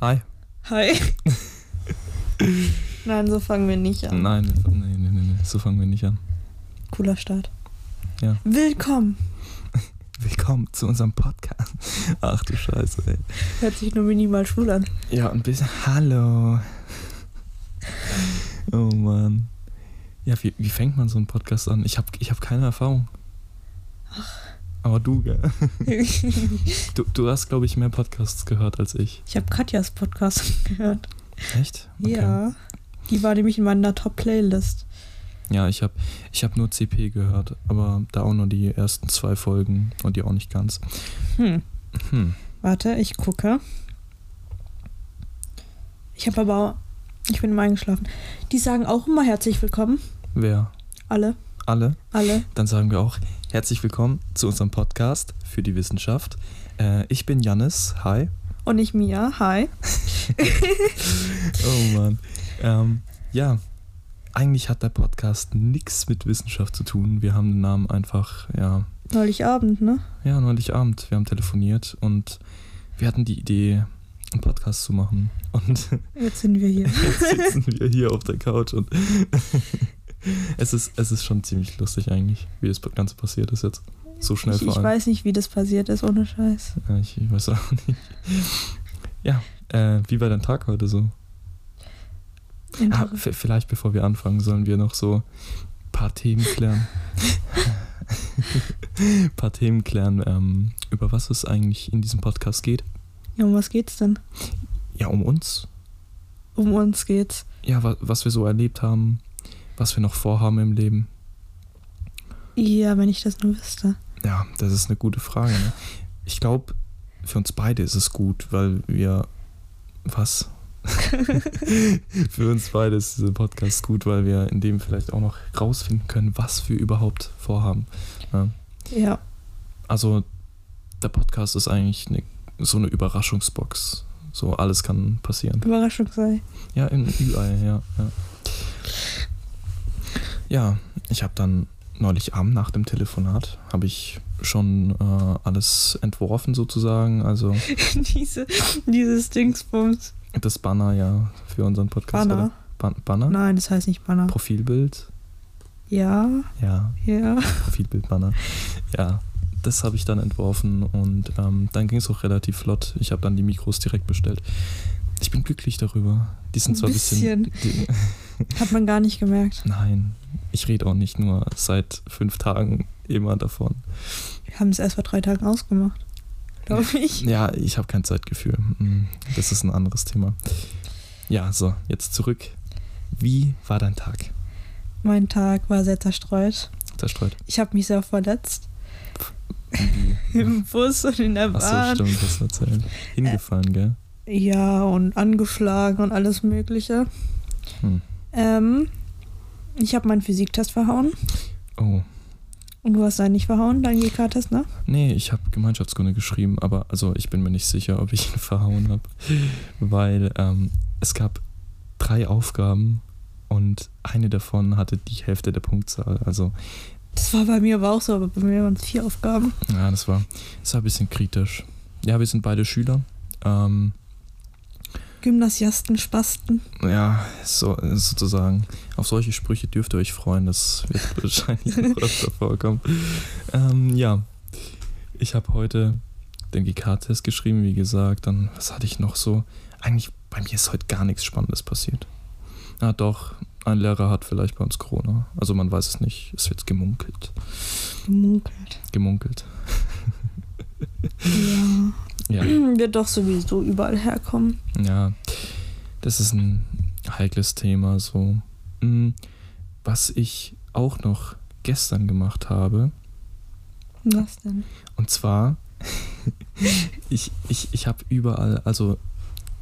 Hi. Hi. Nein, so fangen wir nicht an. Nein, das- nee, nee, nee, nee, so fangen wir nicht an. Cooler Start. Ja. Willkommen. Willkommen zu unserem Podcast. Ach du Scheiße, ey. Hört sich nur minimal schwul an. Ja, ein bisschen. Hallo. Oh Mann. Ja, wie, wie fängt man so einen Podcast an? Ich habe ich hab keine Erfahrung. Aber du, gell? ich Du, du hast, glaube ich, mehr Podcasts gehört als ich. habe Katjas Podcast gehört. Echt? Ja. Die war nämlich in meiner Top-Playlist. Ja, ich habe ich hab nur CP gehört, aber da auch nur die ersten zwei Folgen und die auch nicht ganz. Hm. Hm. Warte, ich gucke. Ich habe aber auch. Ich bin immer eingeschlafen. Die sagen auch immer herzlich willkommen. Wer? Alle. Alle? Alle. Dann sagen wir auch herzlich willkommen zu unserem Podcast für die Wissenschaft. Äh, ich bin Jannis. Hi. Und ich Mia. Hi. Oh Mann. Ähm, ja, eigentlich hat der Podcast nichts mit Wissenschaft zu tun. Wir haben den Namen einfach, ja, Neulich Abend, ne? ja, neulich Abend. Wir haben telefoniert und wir hatten die Idee, einen Podcast zu machen. Und Jetzt sind wir hier. jetzt sitzen wir hier auf der Couch und es, ist, es ist schon ziemlich lustig eigentlich, wie das Ganze passiert ist jetzt. So schnell Ich, vor ich allem. weiß nicht, wie das passiert ist, ohne Scheiß. Ja, ich ich weiß auch nicht. Ja, äh, wie war dein Tag heute so? Ah, v- vielleicht bevor wir anfangen, sollen wir noch so ein paar Themen klären. Ein paar Themen klären, ähm, über was es eigentlich in diesem Podcast geht. Ja, um was geht's denn? Ja, um uns. Um uns geht's. Ja, wa was wir so erlebt haben, was wir noch vorhaben im Leben. Ja, wenn ich das nur wüsste. Ja, das ist eine gute Frage. Ne? Ich glaube, für uns beide ist es gut, weil wir. Was? für uns beide ist dieser Podcast gut, weil wir in dem vielleicht auch noch rausfinden können, was wir überhaupt vorhaben. Ja, Also, der Podcast ist eigentlich eine, so eine Überraschungsbox. So, alles kann passieren. Überraschung sei. Ja, im Ü-Ei, ja. Ja, ja ich habe dann neulich Abend nach dem Telefonat, habe ich schon äh, alles entworfen sozusagen. Also Diese, dieses Dingsbums. das Banner ja für unseren Podcast. Banner. oder? Ban Banner? Nein, das heißt nicht Banner. Profilbild? Ja, Ja, ja. Profilbildbanner. Ja, das habe ich dann entworfen und ähm, dann ging es auch relativ flott. Ich habe dann die Mikros direkt bestellt. Ich bin glücklich darüber. Die sind Ein zwar ein bisschen. Die, Hat man gar nicht gemerkt. nein, ich rede auch nicht nur seit fünf Tagen immer davon. Wir haben es erst vor drei Tagen ausgemacht. Glaube ich. Ja, ich habe kein Zeitgefühl. Mm, Das ist ein anderes Thema. Ja, so, jetzt zurück. Wie war dein Tag? Mein Tag war sehr zerstreut. Zerstreut. Ich habe mich sehr verletzt. Wie? Im Bus und in der Achso, Bahn. stimmt, das erzählt. Hingefallen, gell? ja, und angeschlagen und alles Mögliche. Hm. Ähm, ich habe meinen Physiktest verhauen. Oh. Und du hast deinen nicht verhauen, deinen GK-Test, ne? Nee, ich habe Gemeinschaftskunde geschrieben, aber also ich bin mir nicht sicher, ob ich ihn verhauen habe, weil ähm, es gab drei Aufgaben und eine davon hatte die Hälfte der Punktzahl. Also Das war bei mir aber auch so, aber bei mir waren es vier Aufgaben. ja, das war, das war ein bisschen kritisch. Ja, wir sind beide Schüler. Ähm, Gymnasiasten, Spasten. ja, so, sozusagen. Auf solche Sprüche dürft ihr euch freuen. Das wird wahrscheinlich noch öfter vorkommen. Ähm, ja, ich habe heute den GK-Test geschrieben, wie gesagt. Dann, was hatte ich noch so? Eigentlich, bei mir ist heute gar nichts Spannendes passiert. Na doch, ein Lehrer hat vielleicht bei uns Corona. Also man weiß es nicht. Es wird gemunkelt. Gemunkelt. Gemunkelt. Ja. Ja. Wird doch sowieso überall herkommen. Ja, das ist ein heikles Thema so. Mm, Was ich auch noch gestern gemacht habe, Was denn? und zwar, ich, ich, ich habe überall, also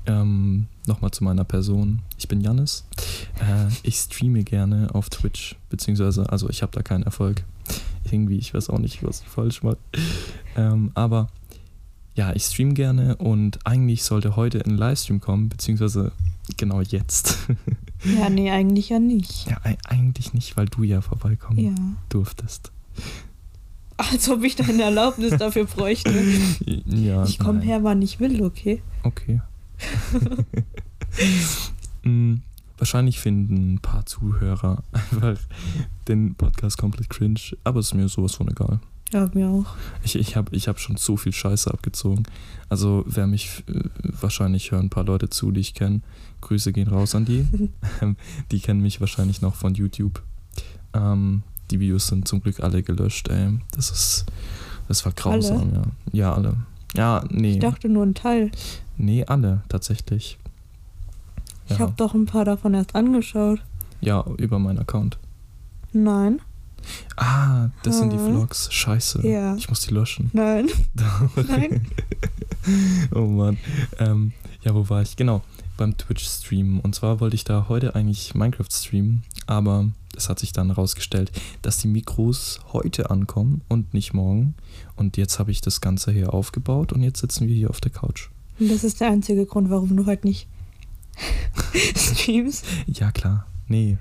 ähm, nochmal zu meiner Person, ich bin Jannis, äh, ich streame gerne auf Twitch, beziehungsweise, also ich habe da keinen Erfolg. Irgendwie, ich weiß auch nicht, was ich falsch mache. Ähm, aber ja, ich stream gerne und eigentlich sollte heute ein Livestream kommen, beziehungsweise genau jetzt. Ja, nee, eigentlich ja nicht. ja, ei- eigentlich nicht, weil du ja vorbeikommen Ja. durftest. Als ob ich deine Erlaubnis dafür bräuchte. Ja, Ich komme nein. her, wann ich will, okay? Okay. Mm, Wahrscheinlich finden ein paar Zuhörer einfach den Podcast komplett cringe, aber ist mir sowas von egal. Ja, mir auch. Ich, ich habe ich hab schon so viel Scheiße abgezogen. Also, wer mich äh, wahrscheinlich hören, ein paar Leute zu, die ich kenne. Grüße gehen raus an die. Ähm, die kennen mich wahrscheinlich noch von YouTube. Ähm, die Videos sind zum Glück alle gelöscht, ey. Das ist. Das war grausam, ja. Ja, alle. Ja, nee. Ich dachte nur ein Teil. Nee, alle, tatsächlich. Ich Ja, habe doch ein paar davon erst angeschaut. ja über meinen Account. Nein, Ah, das sind die Hm. Vlogs. Scheiße. Ja. Ich muss die löschen. nein. Nein. oh Mann. Ähm, ja, wo war ich? Genau, beim Twitch-Stream. Und zwar wollte ich da heute eigentlich Minecraft streamen, aber es hat sich dann herausgestellt, dass die Mikros heute ankommen und nicht morgen. Und jetzt habe ich das Ganze hier aufgebaut und jetzt sitzen wir hier auf der Couch. Und das ist der einzige Grund, warum du heute nicht streamst. Ja, klar. Nee.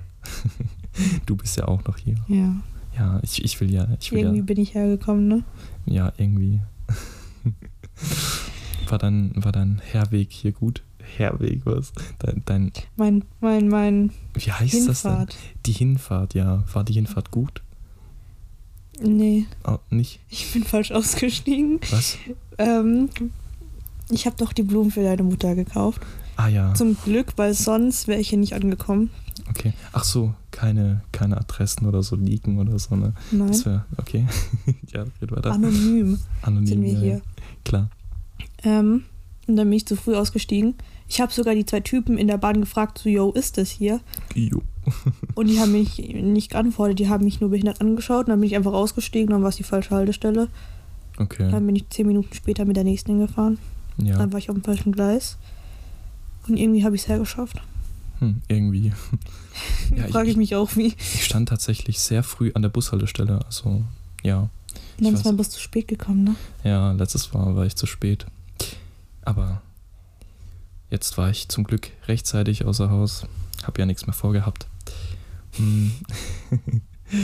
du bist ja auch noch hier. Ja, Ja, ich, ich will ja. Ich will irgendwie ja. bin ich hergekommen, ne? Ja, irgendwie. War dein, war dein Herweg hier gut? Herweg, was? Dein, dein Mein, mein, mein wie heißt das denn? Hinfahrt. Die Hinfahrt, ja. War die Hinfahrt gut? Nee, Ah, nicht? ich bin falsch ausgestiegen. Was? Ähm, ich habe doch die Blumen für deine Mutter gekauft. Ah ja, Zum Glück, weil sonst wäre ich hier nicht angekommen. okay. Ach so, keine, keine Adressen oder so leaken oder so, ne? Nein, Das wäre, okay. ja, red weiter. anonym Anonym. sind wir ja, hier. ja. Klar. Ähm, und dann bin ich zu früh ausgestiegen. Ich habe sogar die zwei Typen in der Bahn gefragt, so, yo, ist das hier? Jo. Und die haben mich nicht geantwortet, die haben mich nur behindert angeschaut. Und dann bin ich einfach ausgestiegen, dann war es die falsche Haltestelle. Okay. Dann bin ich zehn Minuten später mit der nächsten hingefahren. Ja. Dann war ich auf dem falschen Gleis. Und irgendwie habe ich es hergeschafft. Hm, irgendwie. Ja, ich- Frage ich mich auch, wie. Ich stand tatsächlich sehr früh an der Bushaltestelle. Also, ja. Und Ich dann ist weiß. mein Bus zu spät gekommen, ne? Ja, letztes Mal war ich zu spät. Aber jetzt war ich zum Glück rechtzeitig außer Haus. Hab ja nichts mehr vorgehabt. Hm.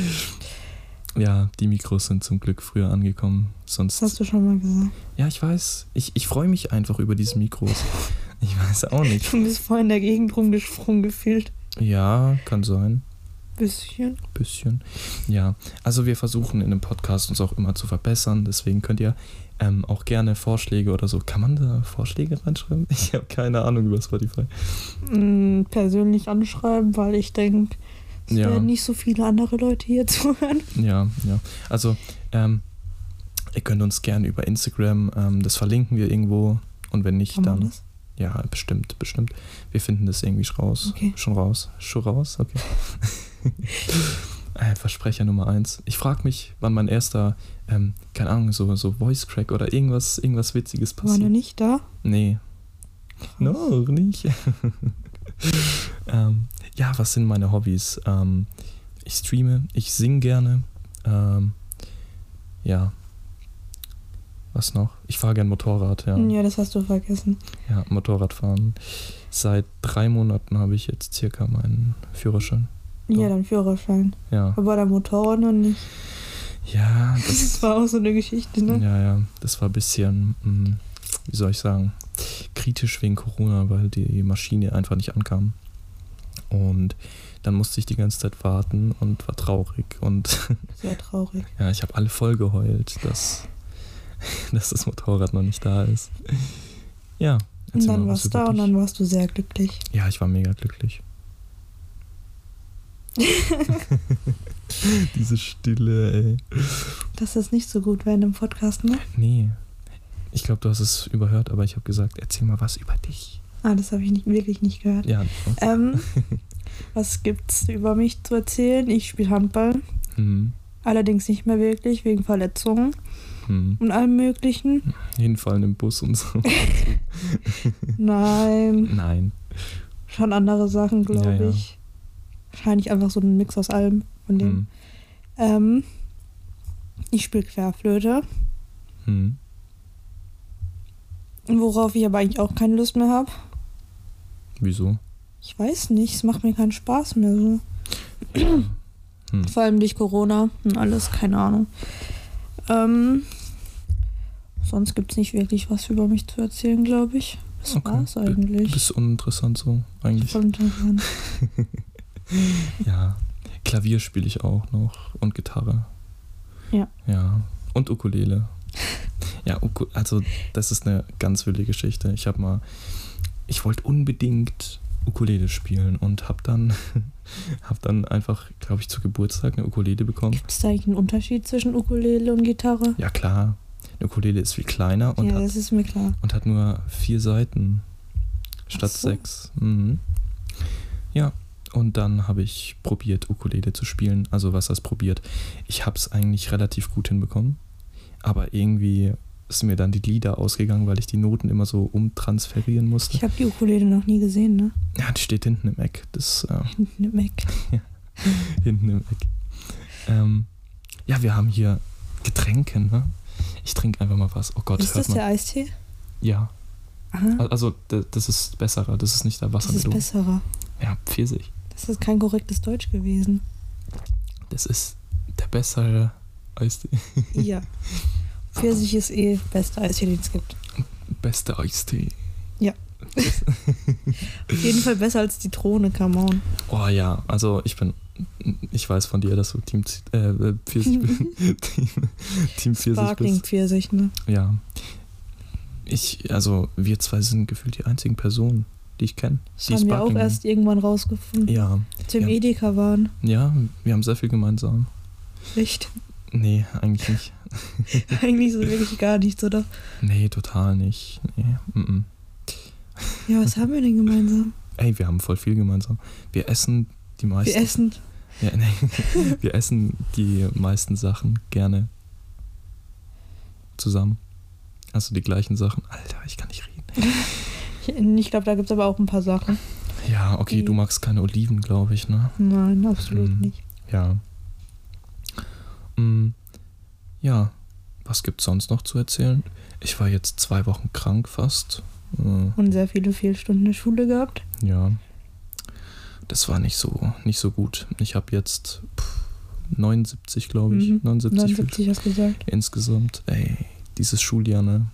ja, die Mikros sind zum Glück früher angekommen. Das Sonst. hast du schon mal gesagt. Ja, ich weiß. Ich, ich freue mich einfach über diese Mikros. Ich weiß auch nicht. Du bist vorhin in der Gegend rumgesprungen gefühlt. Ja, kann sein. Bisschen. bisschen. Ja, also wir versuchen in dem Podcast uns auch immer zu verbessern, deswegen könnt ihr ähm, auch gerne Vorschläge oder so. Kann man da Vorschläge reinschreiben? Ich habe keine Ahnung über Spotify. Mm, persönlich anschreiben, weil ich denke, es Ja. werden nicht so viele andere Leute hier zuhören. Ja, ja. Also, ähm, ihr könnt uns gerne über Instagram, ähm, das verlinken wir irgendwo. Und wenn nicht, ne? Kann man dann. das? Ja, bestimmt, bestimmt. Wir finden das irgendwie raus. Okay. Schon raus. Schon raus? Okay. Äh, Versprecher Nummer eins. Ich frage mich, wann mein erster, ähm, keine Ahnung, so, so Voice Crack oder irgendwas, irgendwas Witziges War noch passiert. nicht da? Nee. Noch nicht. ähm, ja, was sind meine Hobbys? Ähm, ich streame, ich singe gerne. Ähm, ja. Was noch? Ich fahre gern Motorrad, ja. Ja, das hast du vergessen. Ja, Motorradfahren. Seit drei Monaten habe ich jetzt circa meinen Führerschein. Ja, Doch. dann Führerschein. Ja. Aber der Motorrad noch nicht. Ja, Das war auch so eine Geschichte, ne? Ja, ja, das war ein bisschen, mm, wie soll ich sagen, kritisch wegen Corona, weil die Maschine einfach nicht ankam. Und dann musste ich die ganze Zeit warten und war traurig. Und Sehr traurig. ja, ich habe alle voll geheult, dass, dass das Motorrad noch nicht da ist. Ja, Und erzähl dann mal was warst du über da und dich. dann warst du sehr glücklich. Ja, ich war mega glücklich. Diese Stille, ey. Das ist nicht so gut während dem Podcast, ne? Nee. Ich glaube, du hast es überhört, aber ich habe gesagt, erzähl mal was über dich. Ah, das habe ich nicht, wirklich nicht gehört. Ja. Ähm, was gibt's über mich zu erzählen? Ich spiele Handball. Mhm. Allerdings nicht mehr wirklich, wegen Verletzungen Mhm. und allem Möglichen. Hinfallen im Bus und so. Nein, Nein. schon andere Sachen, glaube Ja, ja. ich. Wahrscheinlich einfach so ein Mix aus allem von dem. Mhm. Ähm, ich spiele Querflöte, Mhm. worauf ich aber eigentlich auch keine Lust mehr habe. Wieso? Ich weiß nicht, es macht mir keinen Spaß mehr so. Hm. Vor allem durch Corona und alles, keine Ahnung. Ähm, sonst gibt es nicht wirklich was über mich zu erzählen, glaube ich. Das Okay. war's Bi- eigentlich. Bist uninteressant so, eigentlich. Voll interessant. Ja. Klavier spiele ich auch noch und Gitarre. Ja. Ja. Und Ukulele. ja, Uku also das ist eine ganz wilde Geschichte. Ich habe mal, ich wollte unbedingt Ukulele spielen und habe dann, hab dann einfach, glaube ich, zu Geburtstag eine Ukulele bekommen. Gibt es da eigentlich einen Unterschied zwischen Ukulele und Gitarre? Ja klar, eine Ukulele ist viel kleiner und, ja, hat, das ist mir klar. und hat nur vier Seiten statt Ach so. sechs. Mhm. Ja, und dann habe ich probiert, Ukulele zu spielen. Also was heißt probiert? Ich habe es eigentlich relativ gut hinbekommen, aber irgendwie sind mir dann die Lieder ausgegangen, weil ich die Noten immer so umtransferieren musste. Ich habe die Ukulele noch nie gesehen, ne? Ja, die steht hinten im Eck. Das äh, Hinten im Eck. hinten im Eck. Ähm, ja, wir haben hier Getränke, ne? Ich trinke einfach mal was. Oh Gott, ist hört das man. der Eistee? Ja, Aha, Al- also d- das ist besserer, das ist nicht der das ist Wassermelone. besserer. Ja, Pfirsich. Das ist kein korrektes Deutsch gewesen. Das ist der bessere Eistee. Ja. Pfirsich ist eh bester Eistee, den es gibt. Beste Eistee. Auf jeden Fall besser als die Drohne, come on. Oh ja, also ich bin, ich weiß von dir, dass du Team, Z- äh, äh, Pfirsich, Team, Team Pfirsich Sparkling bist. Pfirsich, ne? Ja. Ich, also wir zwei sind gefühlt die einzigen Personen, die ich kenne. Das Die haben wir auch Sparkling- erst irgendwann rausgefunden, Ja, als wir im ja. Edeka waren. ja, wir haben sehr viel gemeinsam. Echt? Nee, eigentlich nicht. Eigentlich so wirklich gar nichts, oder? Nee, total nicht. Nee, mm -mm. Ja, was haben wir denn gemeinsam? Ey, wir haben voll viel gemeinsam. Wir essen die meisten. Wir essen. Ja, nee, wir essen die meisten Sachen gerne zusammen. Also die gleichen Sachen. Alter, ich kann nicht reden. Ich, ich glaube, da gibt es aber auch ein paar Sachen. Ja, okay, Mhm. du magst keine Oliven, glaube ich, ne? Nein, absolut Mhm. nicht. Ja. Mm, ja, was gibt's sonst noch zu erzählen? Ich war jetzt zwei Wochen krank fast. Äh, Und sehr viele Fehlstunden in der Schule gehabt. Ja. Das war nicht so, nicht so gut. Ich habe jetzt pff, 79, glaube ich. Mhm. 79, 79 hast du gesagt. insgesamt. Ey, dieses Schuljahr, ne?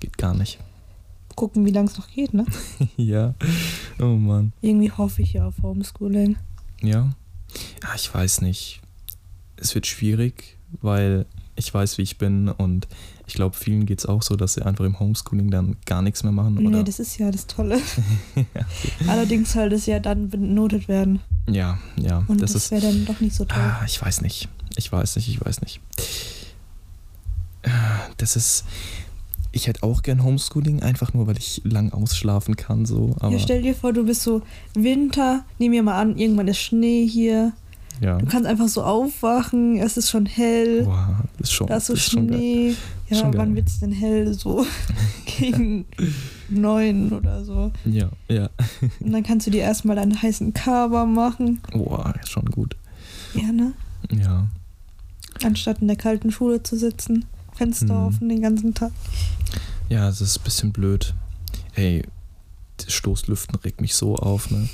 Geht gar nicht. Gucken, wie lange es noch geht, ne? ja. Oh Mann. Irgendwie hoffe ich ja auf Homeschooling. Ja. Ja, ich weiß nicht. Es wird schwierig, weil ich weiß, wie ich bin und ich glaube, vielen geht es auch so, dass sie einfach im Homeschooling dann gar nichts mehr machen, Nee, oder? das ist ja das Tolle. Allerdings soll das ja dann benotet werden. ja, ja. Und das das, ist. wäre dann doch nicht so toll. Ah, ich weiß nicht. Ich weiß nicht, ich weiß nicht. Äh, Das ist. Ich hätte auch gern Homeschooling, einfach nur, weil ich lang ausschlafen kann, so. Aber, ja, stell dir vor, du bist so Winter, nehmen wir mal an, irgendwann ist Schnee hier. ja. Du kannst einfach so aufwachen, es ist schon hell, Boah, das ist schon. da ist so Oh, das ist schon geil. Schnee. Ist Ja, schon wann geil. wird es denn hell? So gegen neun oder so. Ja, ja. Und dann kannst du dir erstmal einen heißen Kaba machen. Boah, ist schon gut. Ja, ne? Ja. Anstatt in der kalten Schule zu sitzen, Fenster Mhm. offen den ganzen Tag. Ja, das ist ein bisschen blöd. Ey, das Stoßlüften regt mich so auf, ne?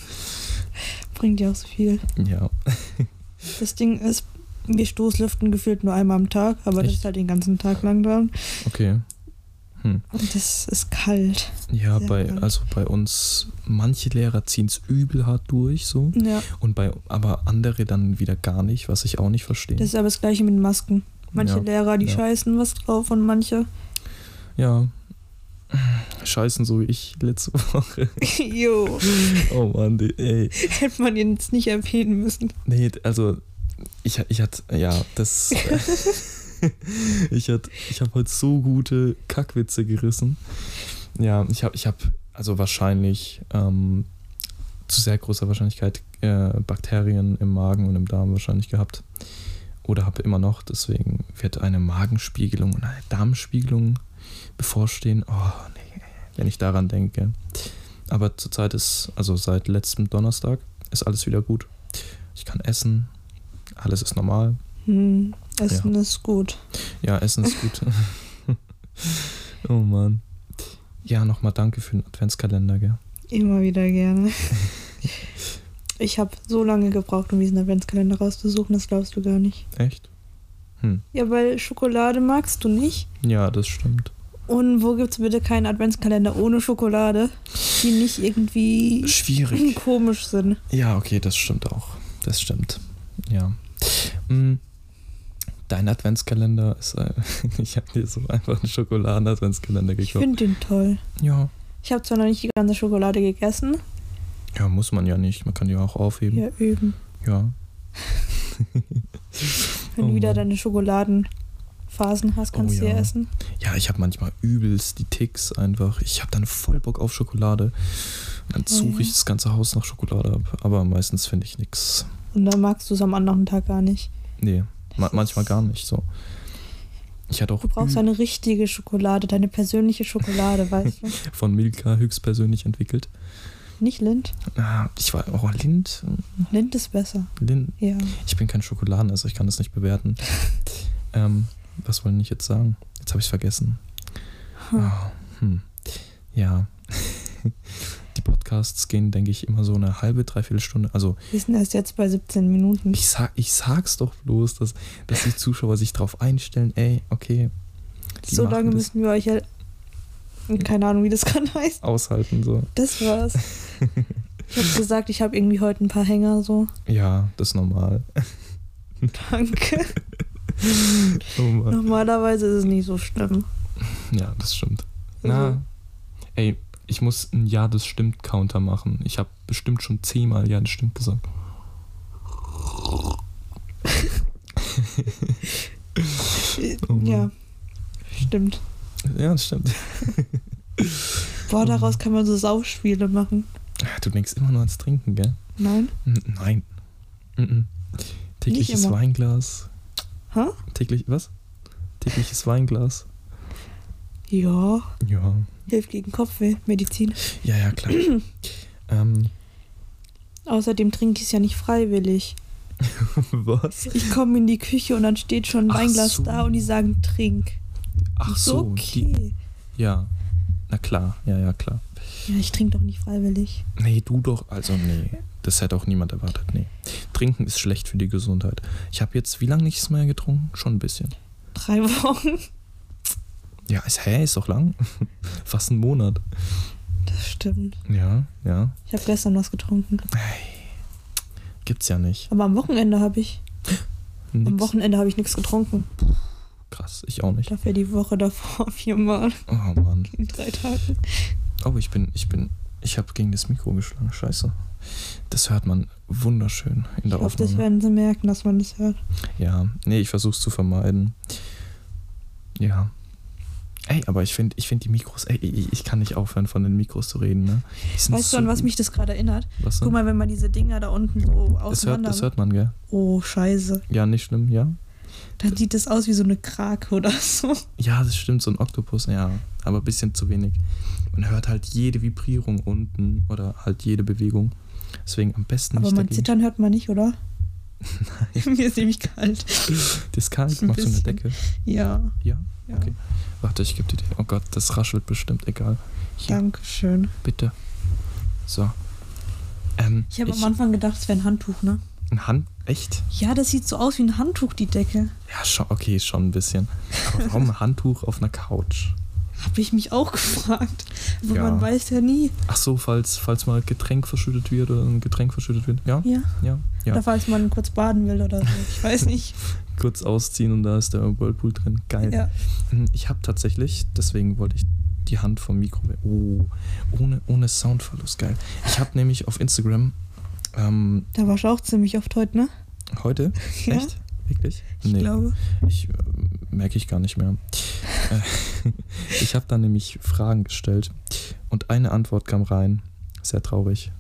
Bringt ja auch so viel. Ja. Das Ding ist, wir Stoßlüften gefühlt nur einmal am Tag, aber das Echt? ist halt den ganzen Tag lang dran. Okay. Hm. Und das ist kalt. Ja, Sehr bei, gut. also bei uns, manche Lehrer ziehen es übel hart durch, so. Ja, Und bei, aber andere dann wieder gar nicht, was ich auch nicht verstehe. das ist aber das gleiche mit Masken. Manche Ja, Lehrer, die ja. scheißen was drauf und manche. ja. Scheißen, so wie ich letzte Woche. Jo, Oh Mann, die, ey. hätte man jetzt nicht erwähnen müssen. Nee, also ich, ich hatte, ja, das. ich hatte, ich habe heute so gute Kackwitze gerissen. Ja, ich habe, ich habe, also wahrscheinlich ähm, zu sehr großer Wahrscheinlichkeit äh, Bakterien im Magen und im Darm wahrscheinlich gehabt. Oder habe immer noch, deswegen wird eine Magenspiegelung und eine Darmspiegelung bevorstehen. Oh, nee, wenn ich daran denke. Aber zurzeit ist, also seit letztem Donnerstag, ist alles wieder gut. Ich kann essen. Alles ist normal. Hm, Essen ist gut. Ja, Essen ist gut. oh Mann. Ja, nochmal danke für den Adventskalender, gell? Immer wieder gerne. Ich habe so lange gebraucht, um diesen Adventskalender rauszusuchen, das glaubst du gar nicht. Echt? Ja, weil Schokolade magst du nicht Ja, das stimmt. Und wo gibt's bitte keinen Adventskalender ohne Schokolade, die nicht irgendwie Schwierig. komisch sind? Ja, okay, das stimmt auch. Das stimmt. Ja. Mm, Dein Adventskalender ist. Äh, ich habe dir so einfach einen Schokoladen-Adventskalender Ich gekauft. finde den toll. Ja. Ich habe zwar noch nicht die ganze Schokolade gegessen. Ja, muss man ja nicht. Man kann die auch aufheben. Ja, eben. ja. Wenn Oh du wieder Mann. deine Schokoladenphasen hast, Oh kannst du ja ja. essen. Ja, ich habe manchmal übelst die Ticks einfach. Ich habe dann voll Bock auf Schokolade. Und dann Ja, suche ich ja. das ganze Haus nach Schokolade ab. Aber meistens finde ich nichts. Und dann magst du es am anderen Tag gar nicht. Nee, ma Das manchmal ist- gar nicht so. Ich hatte auch Du brauchst üb- eine richtige Schokolade, deine persönliche Schokolade, weißt du? von Milka höchstpersönlich entwickelt. Nicht Lind. Ah, Ich war, oh, Lind, Lind ist besser. Lind, Ja. ich bin kein Schokoladenesser, ich kann das nicht bewerten. ähm, was wollte ich jetzt sagen? Jetzt habe ich es vergessen. Hm. Ah, hm. Ja. Die Podcasts gehen, denke ich, immer so eine halbe, dreiviertel Stunde. Also Wir sind erst jetzt bei 17 Minuten. ich, sag, ich sag's doch bloß, dass, dass die Zuschauer sich drauf einstellen, ey, okay, die So machen lange das. müssen wir euch ja. Keine Ahnung, wie das gerade heißt. aushalten so. Das war's. Ich habe gesagt, ich habe irgendwie heute ein paar Hänger so. Ja, das ist normal. Danke. Oh Mann. Normalerweise ist es nicht so schlimm. Ja, das stimmt. Na, ey, ich muss ein Ja, das stimmt Counter machen. Ich habe bestimmt schon zehnmal Ja, das stimmt gesagt. Äh, Oh Mann. ja. Stimmt. Ja, das stimmt. Boah, Oh daraus kann man so Saufspiele machen. Du denkst immer nur ans Trinken, gell? Nein? N- Nein. Mhm. Tägliches immer. Weinglas. Hä? Täglich, was? Tägliches Weinglas. Ja. Ja. Hilft gegen Kopfweh, Medizin. Ja, ja, klar. ähm, Außerdem trinke ich es ja nicht freiwillig. was? Ich komme in die Küche und dann steht schon ein Ach Weinglas so. da und die sagen, trink. Ach Ich so. Die, Okay. ja. Na klar, ja, ja, klar. Ja, ich trinke doch nicht freiwillig. Nee, du doch. Also, nee. Das hätte auch niemand erwartet. Nee. Trinken ist schlecht für die Gesundheit. Ich habe jetzt wie lange nichts mehr getrunken? Schon ein bisschen. Drei Wochen. Ja, ist, hä, ist doch lang. Fast ein Monat. Das stimmt. Ja, ja. Ich habe gestern was getrunken. Gibt's ja nicht. Aber am Wochenende habe ich. Am Nix. Wochenende habe ich nichts getrunken. Krass, ich auch nicht. Dafür die Woche davor viermal Oh Mann. in drei Tagen. Oh, ich bin, ich bin, ich habe gegen das Mikro geschlagen. Scheiße. Das hört man wunderschön in Ich der hoffe, das Aufnahme. werden sie merken, dass man das hört. Ja, nee, ich versuch's zu vermeiden. Ja. Ey, aber ich finde ich find die Mikros, ey, ich ich kann nicht aufhören, von den Mikros zu reden, ne? Die sind Weißt so du, an was gut. mich das gerade erinnert? Was Guck denn? mal, wenn man diese Dinger da unten so das, hört, auseinander... das hört man, gell? oh, scheiße. Ja, nicht schlimm, ja? Dann sieht das aus wie so eine Krake oder so. Ja, das stimmt, so ein Oktopus, ja, aber ein bisschen zu wenig. Man hört halt jede Vibrierung unten oder halt jede Bewegung. Deswegen am besten Aber nicht man dagegen. zittern hört man nicht, oder? Nein. Mir ist nämlich kalt. Das kalt, Ein machst du eine bisschen. Decke? Ja. Ja? ja. Okay. Warte, ich gebe dir die. Oh Gott, das raschelt bestimmt, egal. Hier, Dankeschön. bitte. So. Ähm, Ich habe am Anfang gedacht, es wäre ein Handtuch, ne? Ein Hand. Echt? Ja, das sieht so aus wie ein Handtuch, die Decke. Ja, schon, okay, schon ein bisschen. Aber warum ein Handtuch auf einer Couch? Habe ich mich auch gefragt. Aber Ja. man weiß ja nie. Ach so, falls, falls mal Getränk verschüttet wird oder ein Getränk verschüttet wird. Ja, Ja. ja, ja. Oder falls man kurz baden will oder so. Ich weiß nicht. Kurz ausziehen und da ist der Whirlpool drin. Geil. Hm, ja. Ich habe tatsächlich, deswegen wollte ich die Hand vom Mikro. we- Oh, ohne, ohne Soundverlust, geil. Ich habe nämlich auf Instagram ähm, Da warst du auch ziemlich oft heute, ne? heute. Ja? Echt? Wirklich? Ich glaube. Ich äh, merke ich gar nicht mehr. Äh, ich habe da nämlich Fragen gestellt und eine Antwort kam rein. Sehr traurig.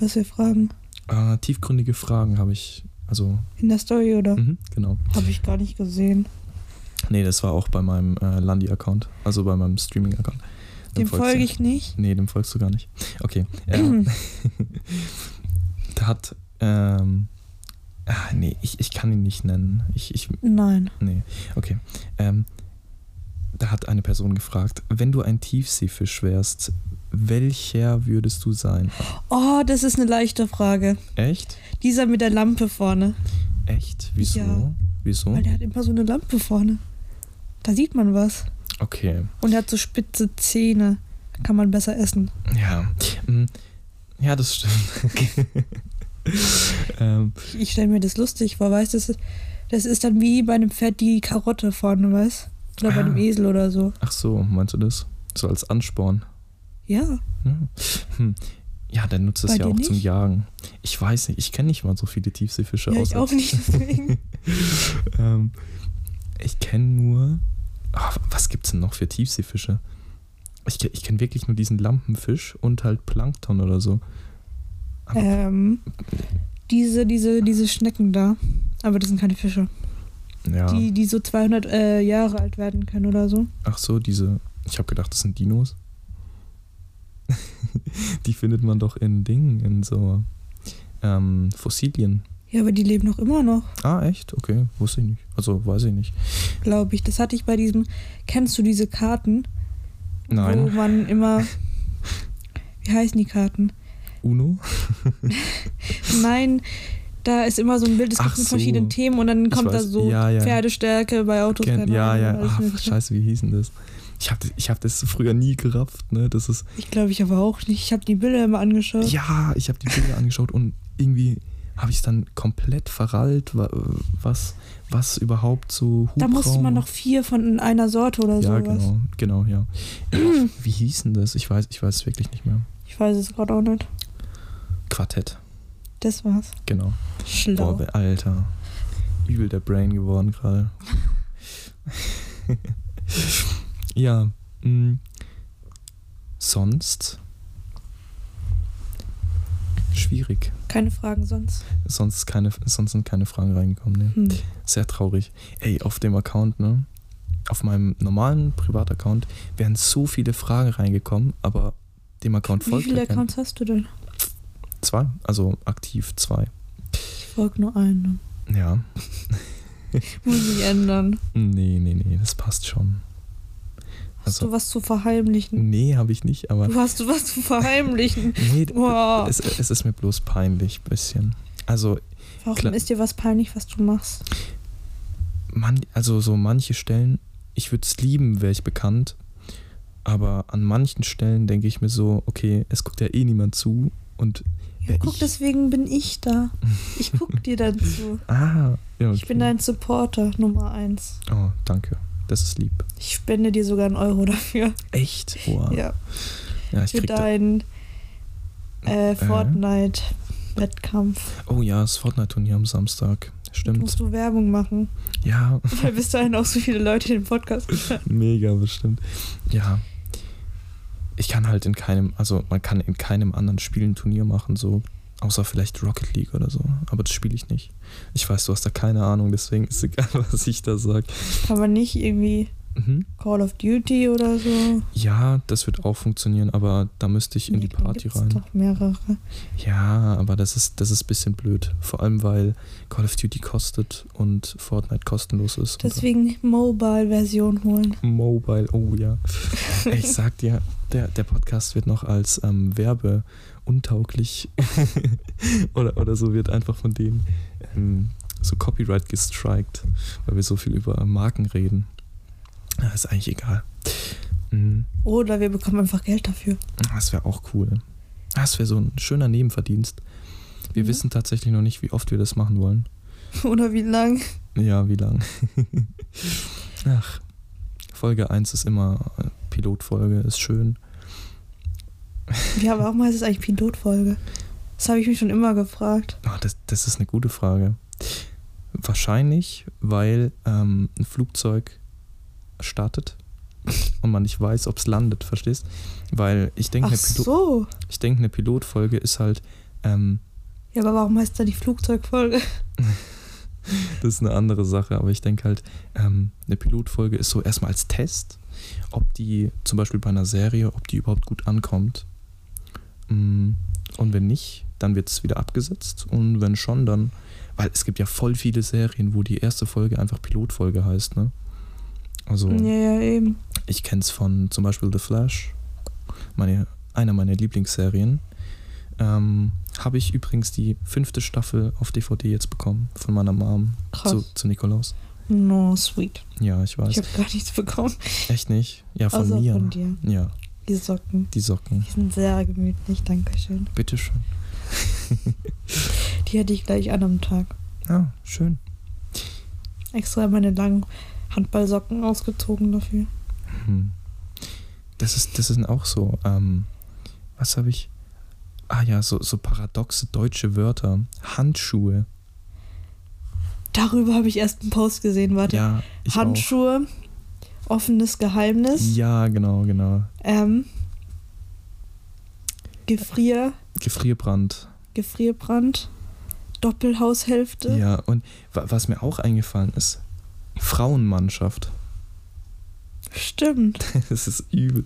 Was wir fragen. Äh, tiefgründige Fragen habe ich. Also, In der Story, oder? mhm, genau. Habe ich gar nicht gesehen. Nee, das war auch bei meinem äh, Landi-Account, also bei meinem Streaming-Account. Dem folgst du- folge ich nicht. Nee, dem folgst du gar nicht. Okay. Äh, da hat. Ähm, ah, nee, ich, ich kann ihn nicht nennen. Ich, ich, Nein. Nee, okay. Ähm, da hat eine Person gefragt, wenn du ein Tiefseefisch wärst, welcher würdest du sein? Oh, das ist eine leichte Frage. Echt? Dieser mit der Lampe vorne. Echt? Wieso? Ja. Wieso? Weil der hat immer so eine Lampe vorne. Da sieht man was. Okay. Und er hat so spitze Zähne. Kann man besser essen. Ja. Mm, Ja, das stimmt. ähm, Ich, ich stelle mir das lustig vor, weißt du? Das ist, das ist dann wie bei einem Pferd die Karotte vorne, weißt Oder bei einem Ah. Esel oder so. ach so, meinst du das? So als Ansporn. Ja. Ja, hm. ja dann nutzt Bei es ja dir auch zum nicht? Jagen. Ich weiß nicht, ich kenne nicht mal so viele Tiefseefische ja ich außer. auch nicht, deswegen. Ähm, ich kenne nur. Ah, was gibt's denn noch für Tiefseefische? Ich, ke- ich kenne wirklich nur diesen Lampenfisch und halt Plankton oder so. Aber- ähm, diese, diese, diese Schnecken da. Aber das sind keine Fische. Ja, Die, die so 200 äh, Jahre alt werden können oder so. ach so, diese. Ich habe gedacht, das sind Dinos. Die findet man doch in Dingen, in so ähm, Fossilien. Ja, aber die leben noch immer noch, Ah, echt? Okay, wusste ich nicht. Also, weiß ich nicht. glaube ich. Das hatte ich bei diesem. Kennst du diese Karten? Wo Nein. man immer. Wie heißen die Karten? Uno? Nein, da ist immer so ein Bild, es gibt Ach mit so. verschiedenen Themen und dann Ich kommt da weiß. so Ja, ja. Pferdestärke bei Autos. Kennt- keine ja, Ahnung, ja. alles Ach, Mögliche. scheiße, wie hieß denn das? Ich habe ich hab das früher nie gerafft, ne? Das ist Ich glaube, ich aber auch nicht. Ich habe die Bilder immer angeschaut. Ja, ich habe die Bilder angeschaut und irgendwie habe ich es dann komplett verrallt, wa- was, was überhaupt so Hubraum... da musste man noch vier von einer Sorte oder Ja, sowas. genau, genau, ja. ja. Wie hieß denn das? Ich weiß, ich weiß es wirklich nicht mehr. Ich weiß es gerade auch nicht. Quartett, Das war's. genau. Schlau. Boah, Alter. Übel der Brain geworden gerade. ja, mh. sonst schwierig. Keine Fragen sonst. Sonst, keine, sonst sind keine Fragen reingekommen. Ne? Hm. Sehr traurig. Ey, auf dem Account, ne? Auf meinem normalen Privataccount wären so viele Fragen reingekommen, aber dem Account Wie folgt viele ja kein- Accounts hast du denn? zwei, also aktiv zwei. Ich folge nur einen. Ja. Muss ich ändern. Nee, nee, nee, das passt schon. Hast Also- du was zu verheimlichen? Nee, habe ich nicht, aber Du hast was zu verheimlichen. nee, Boah. es, es ist mir bloß peinlich ein bisschen. Also, Warum Klar. ist dir was peinlich, was du machst? man, also so manche Stellen, ich würde es lieben, wäre ich bekannt, aber an manchen Stellen denke ich mir so, okay, es guckt ja eh niemand zu und Ja, wär guck, ich, deswegen bin ich da. Ich guck dir dann zu. Ah, ja, okay. Ich bin dein Supporter Nummer eins. Oh, danke. Das ist lieb. Ich spende dir sogar einen Euro dafür. Echt? Wow. Ja, Ja, ich für krieg Oh, da. deinen äh, Fortnite-Wettkampf. Oh ja, das Fortnite-Turnier am Samstag. Stimmt. Musst du Werbung machen. Ja, Weil bis dahin auch so viele Leute den Podcast gehört. mega bestimmt. Ja. Ich kann halt in keinem, also man kann in keinem anderen Spiel ein Turnier machen, so. Außer vielleicht Rocket League oder so. Aber das spiele ich nicht. Ich weiß, du hast da keine Ahnung, deswegen ist egal, was ich da sage. Aber nicht irgendwie Mhm. Call of Duty oder so. Ja, das wird auch funktionieren, aber da müsste ich in Nee, die Party gibt's rein. doch mehrere. Ja, aber das ist, das ist ein bisschen blöd. Vor allem, weil Call of Duty kostet und Fortnite kostenlos ist. Und Deswegen Mobile-Version holen. Mobile, oh ja. Ey, Ich sag dir, der, der Podcast wird noch als ähm, werbeuntauglich oder, oder so wird einfach von denen ähm, so Copyright gestrikt, weil wir so viel über Marken reden. Ja, ist eigentlich egal. Mhm. Ah, Oder wir bekommen einfach Geld dafür. Das wäre auch cool. Ah, Das wäre so ein schöner Nebenverdienst. Wir Mhm. wissen tatsächlich noch nicht, wie oft wir das machen wollen. Oder wie lang? Ja, wie lang? Ach, Folge 1 ist immer äh, Pilotfolge, ist schön. Ja, aber warum heißt es eigentlich Pilotfolge? Das habe ich mich schon immer gefragt. Ah, das, das ist eine gute Frage. Wahrscheinlich, weil ähm, ein Flugzeug startet und man nicht weiß, ob es landet, verstehst? Weil ich denke, Ach eine, Pilo so. ich denk, eine Pilotfolge ist halt, ähm, Ja, aber warum heißt da die Flugzeugfolge? das ist eine andere Sache, aber ich denke halt, ähm, eine Pilotfolge ist so erstmal als Test, ob die zum Beispiel bei einer Serie, ob die überhaupt gut ankommt. Mm, Und wenn nicht, dann wird es wieder abgesetzt. Und wenn schon, dann, weil es gibt ja voll viele Serien, wo die erste Folge einfach Pilotfolge heißt, ne? Also Ja, ja, eben. ich kenne es von zum Beispiel The Flash, meine, einer meiner Lieblingsserien. Ähm, Habe ich übrigens die fünfte Staffel auf DVD jetzt bekommen von meiner Mom Krass. zu, zu Nikolaus. No, sweet. Ja, ich weiß. Ich habe gar nichts bekommen. Echt nicht? Ja, von außer mir. von dir. Ja, Die Socken. die Socken. Die sind sehr gemütlich, danke schön. Bitteschön. Die hatte ich gleich an am Tag. Ah, schön. Extra meine langen Handballsocken ausgezogen dafür. Hm. Das ist, das sind auch so, ähm, was habe ich? Ah ja, so, so paradoxe deutsche Wörter. Handschuhe. Darüber habe ich erst einen Post gesehen, warte. Ja, ich auch. Handschuhe, offenes Geheimnis, Ja, genau, genau. ähm, Gefrier, Gefrierbrand. Gefrierbrand, Doppelhaushälfte. Ja, und wa was mir auch eingefallen ist, Frauenmannschaft. Stimmt. Das ist übel.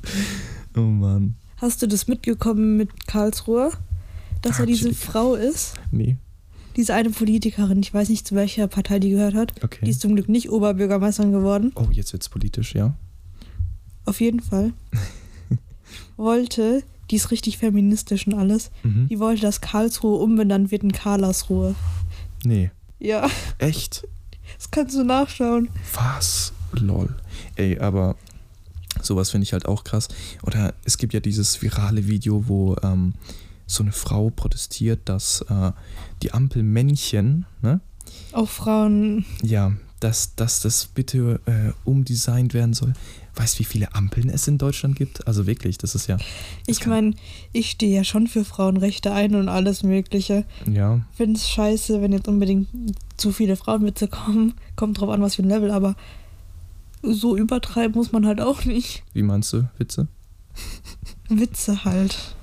Oh Mann. Hast du das mitgekommen mit Karlsruhe? Dass Ah, er diese check. Frau ist, Nee, diese eine Politikerin, ich weiß nicht, zu welcher Partei die gehört hat. Die okay. ist zum Glück nicht Oberbürgermeisterin geworden, Oh, jetzt wird's politisch, ja. auf jeden Fall. wollte, die ist richtig feministisch und alles, Mhm. die wollte, dass Karlsruhe umbenannt wird in Karlsruhe. Nee. Ja, Echt? das kannst du nachschauen. Was? Lol. Ey, aber sowas finde ich halt auch krass. Oder es gibt ja dieses virale Video, wo ähm, so eine Frau protestiert, dass äh, die Ampelmännchen, ne? Auch Frauen, Ja, dass, dass das bitte äh, umdesignt werden soll. Weißt du, wie viele Ampeln es in Deutschland gibt? Also wirklich, das ist ja. ich kann- meine, ich stehe ja schon für Frauenrechte ein und alles Mögliche. Ja, Finde es scheiße, wenn jetzt unbedingt zu viele Frauenwitze kommen. Kommt drauf an, was für ein Level, aber so übertreiben muss man halt auch nicht. wie meinst du, Witze? Witze halt.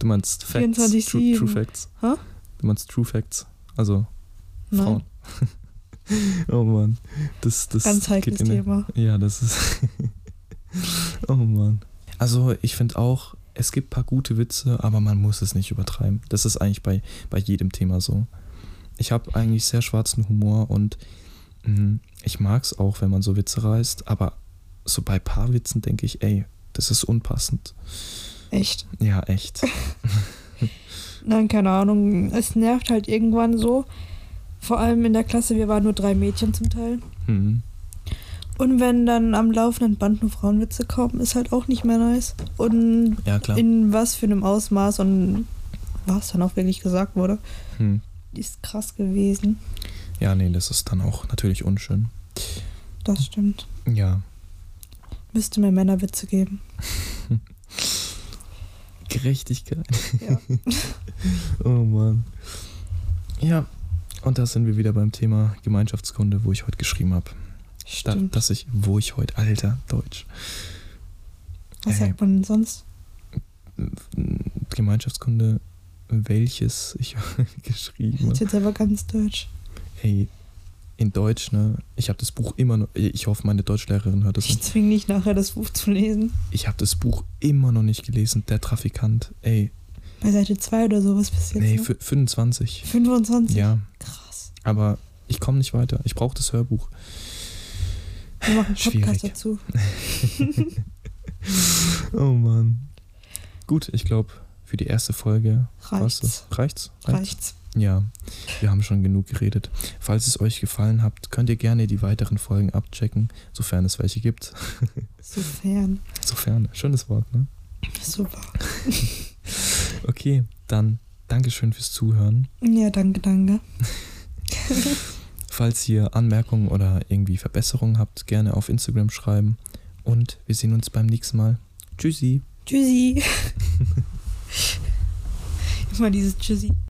Du meinst Facts? 24/7. True, True Facts? Hä? Du meinst True Facts? Also Nein, Frauen. oh Mann. Das, das ganz heikles geht in eine- Thema. Ja, das ist. oh Mann. Also, ich finde auch, es gibt ein paar gute Witze, aber man muss es nicht übertreiben. Das ist eigentlich bei, bei jedem Thema so. Ich habe eigentlich sehr schwarzen Humor und mh, ich mag es auch, wenn man so Witze reißt, aber so bei paar Witzen denke ich, ey, das ist unpassend. Echt. Ja, echt. Nein, keine Ahnung. Es nervt halt irgendwann so. Vor allem in der Klasse, wir waren nur drei Mädchen zum Teil. Hm. Und wenn dann am laufenden Band nur Frauenwitze kommen, ist halt auch nicht mehr nice. Und Ja, klar. in was für einem Ausmaß und was dann auch wirklich gesagt wurde, Hm. ist krass gewesen. Ja, nee, das ist dann auch natürlich unschön. Das stimmt. Ja. Müsste mir Männerwitze geben. Gerechtigkeit. Ja. oh Mann. Ja, und da sind wir wieder beim Thema Gemeinschaftskunde, wo ich heute geschrieben habe. Da, Stimmt. dass ich, wo ich heute, alter Deutsch, was ey. sagt man denn sonst? Gemeinschaftskunde, welches ich geschrieben Das ist habe. jetzt aber ganz deutsch. Hey, in Deutsch, ne? Ich habe das Buch immer noch, ich hoffe, meine Deutschlehrerin hört das Ich nicht. zwinge dich nachher, das Buch zu lesen. Ich habe das Buch immer noch nicht gelesen, der Trafikant. Ey, Bei Seite 2 oder sowas bis jetzt. nee, ne? fü- 25. 25. Ja, Krass. aber ich komme nicht weiter. Ich brauche das Hörbuch. Wir machen einen Schwierig. Podcast dazu. Oh Mann. Gut, ich glaube, für die erste Folge war's Reicht's. das. Reicht's? Reicht's. Ja, wir haben schon genug geredet. Falls es euch gefallen hat, könnt ihr gerne die weiteren Folgen abchecken, sofern es welche gibt. Sofern. Sofern, schönes Wort, ne? Super. Okay, dann Dankeschön fürs Zuhören. Ja, danke, danke. Falls ihr Anmerkungen oder irgendwie Verbesserungen habt, gerne auf Instagram schreiben. Und wir sehen uns beim nächsten Mal. Tschüssi. Tschüssi. Immer dieses Tschüssi.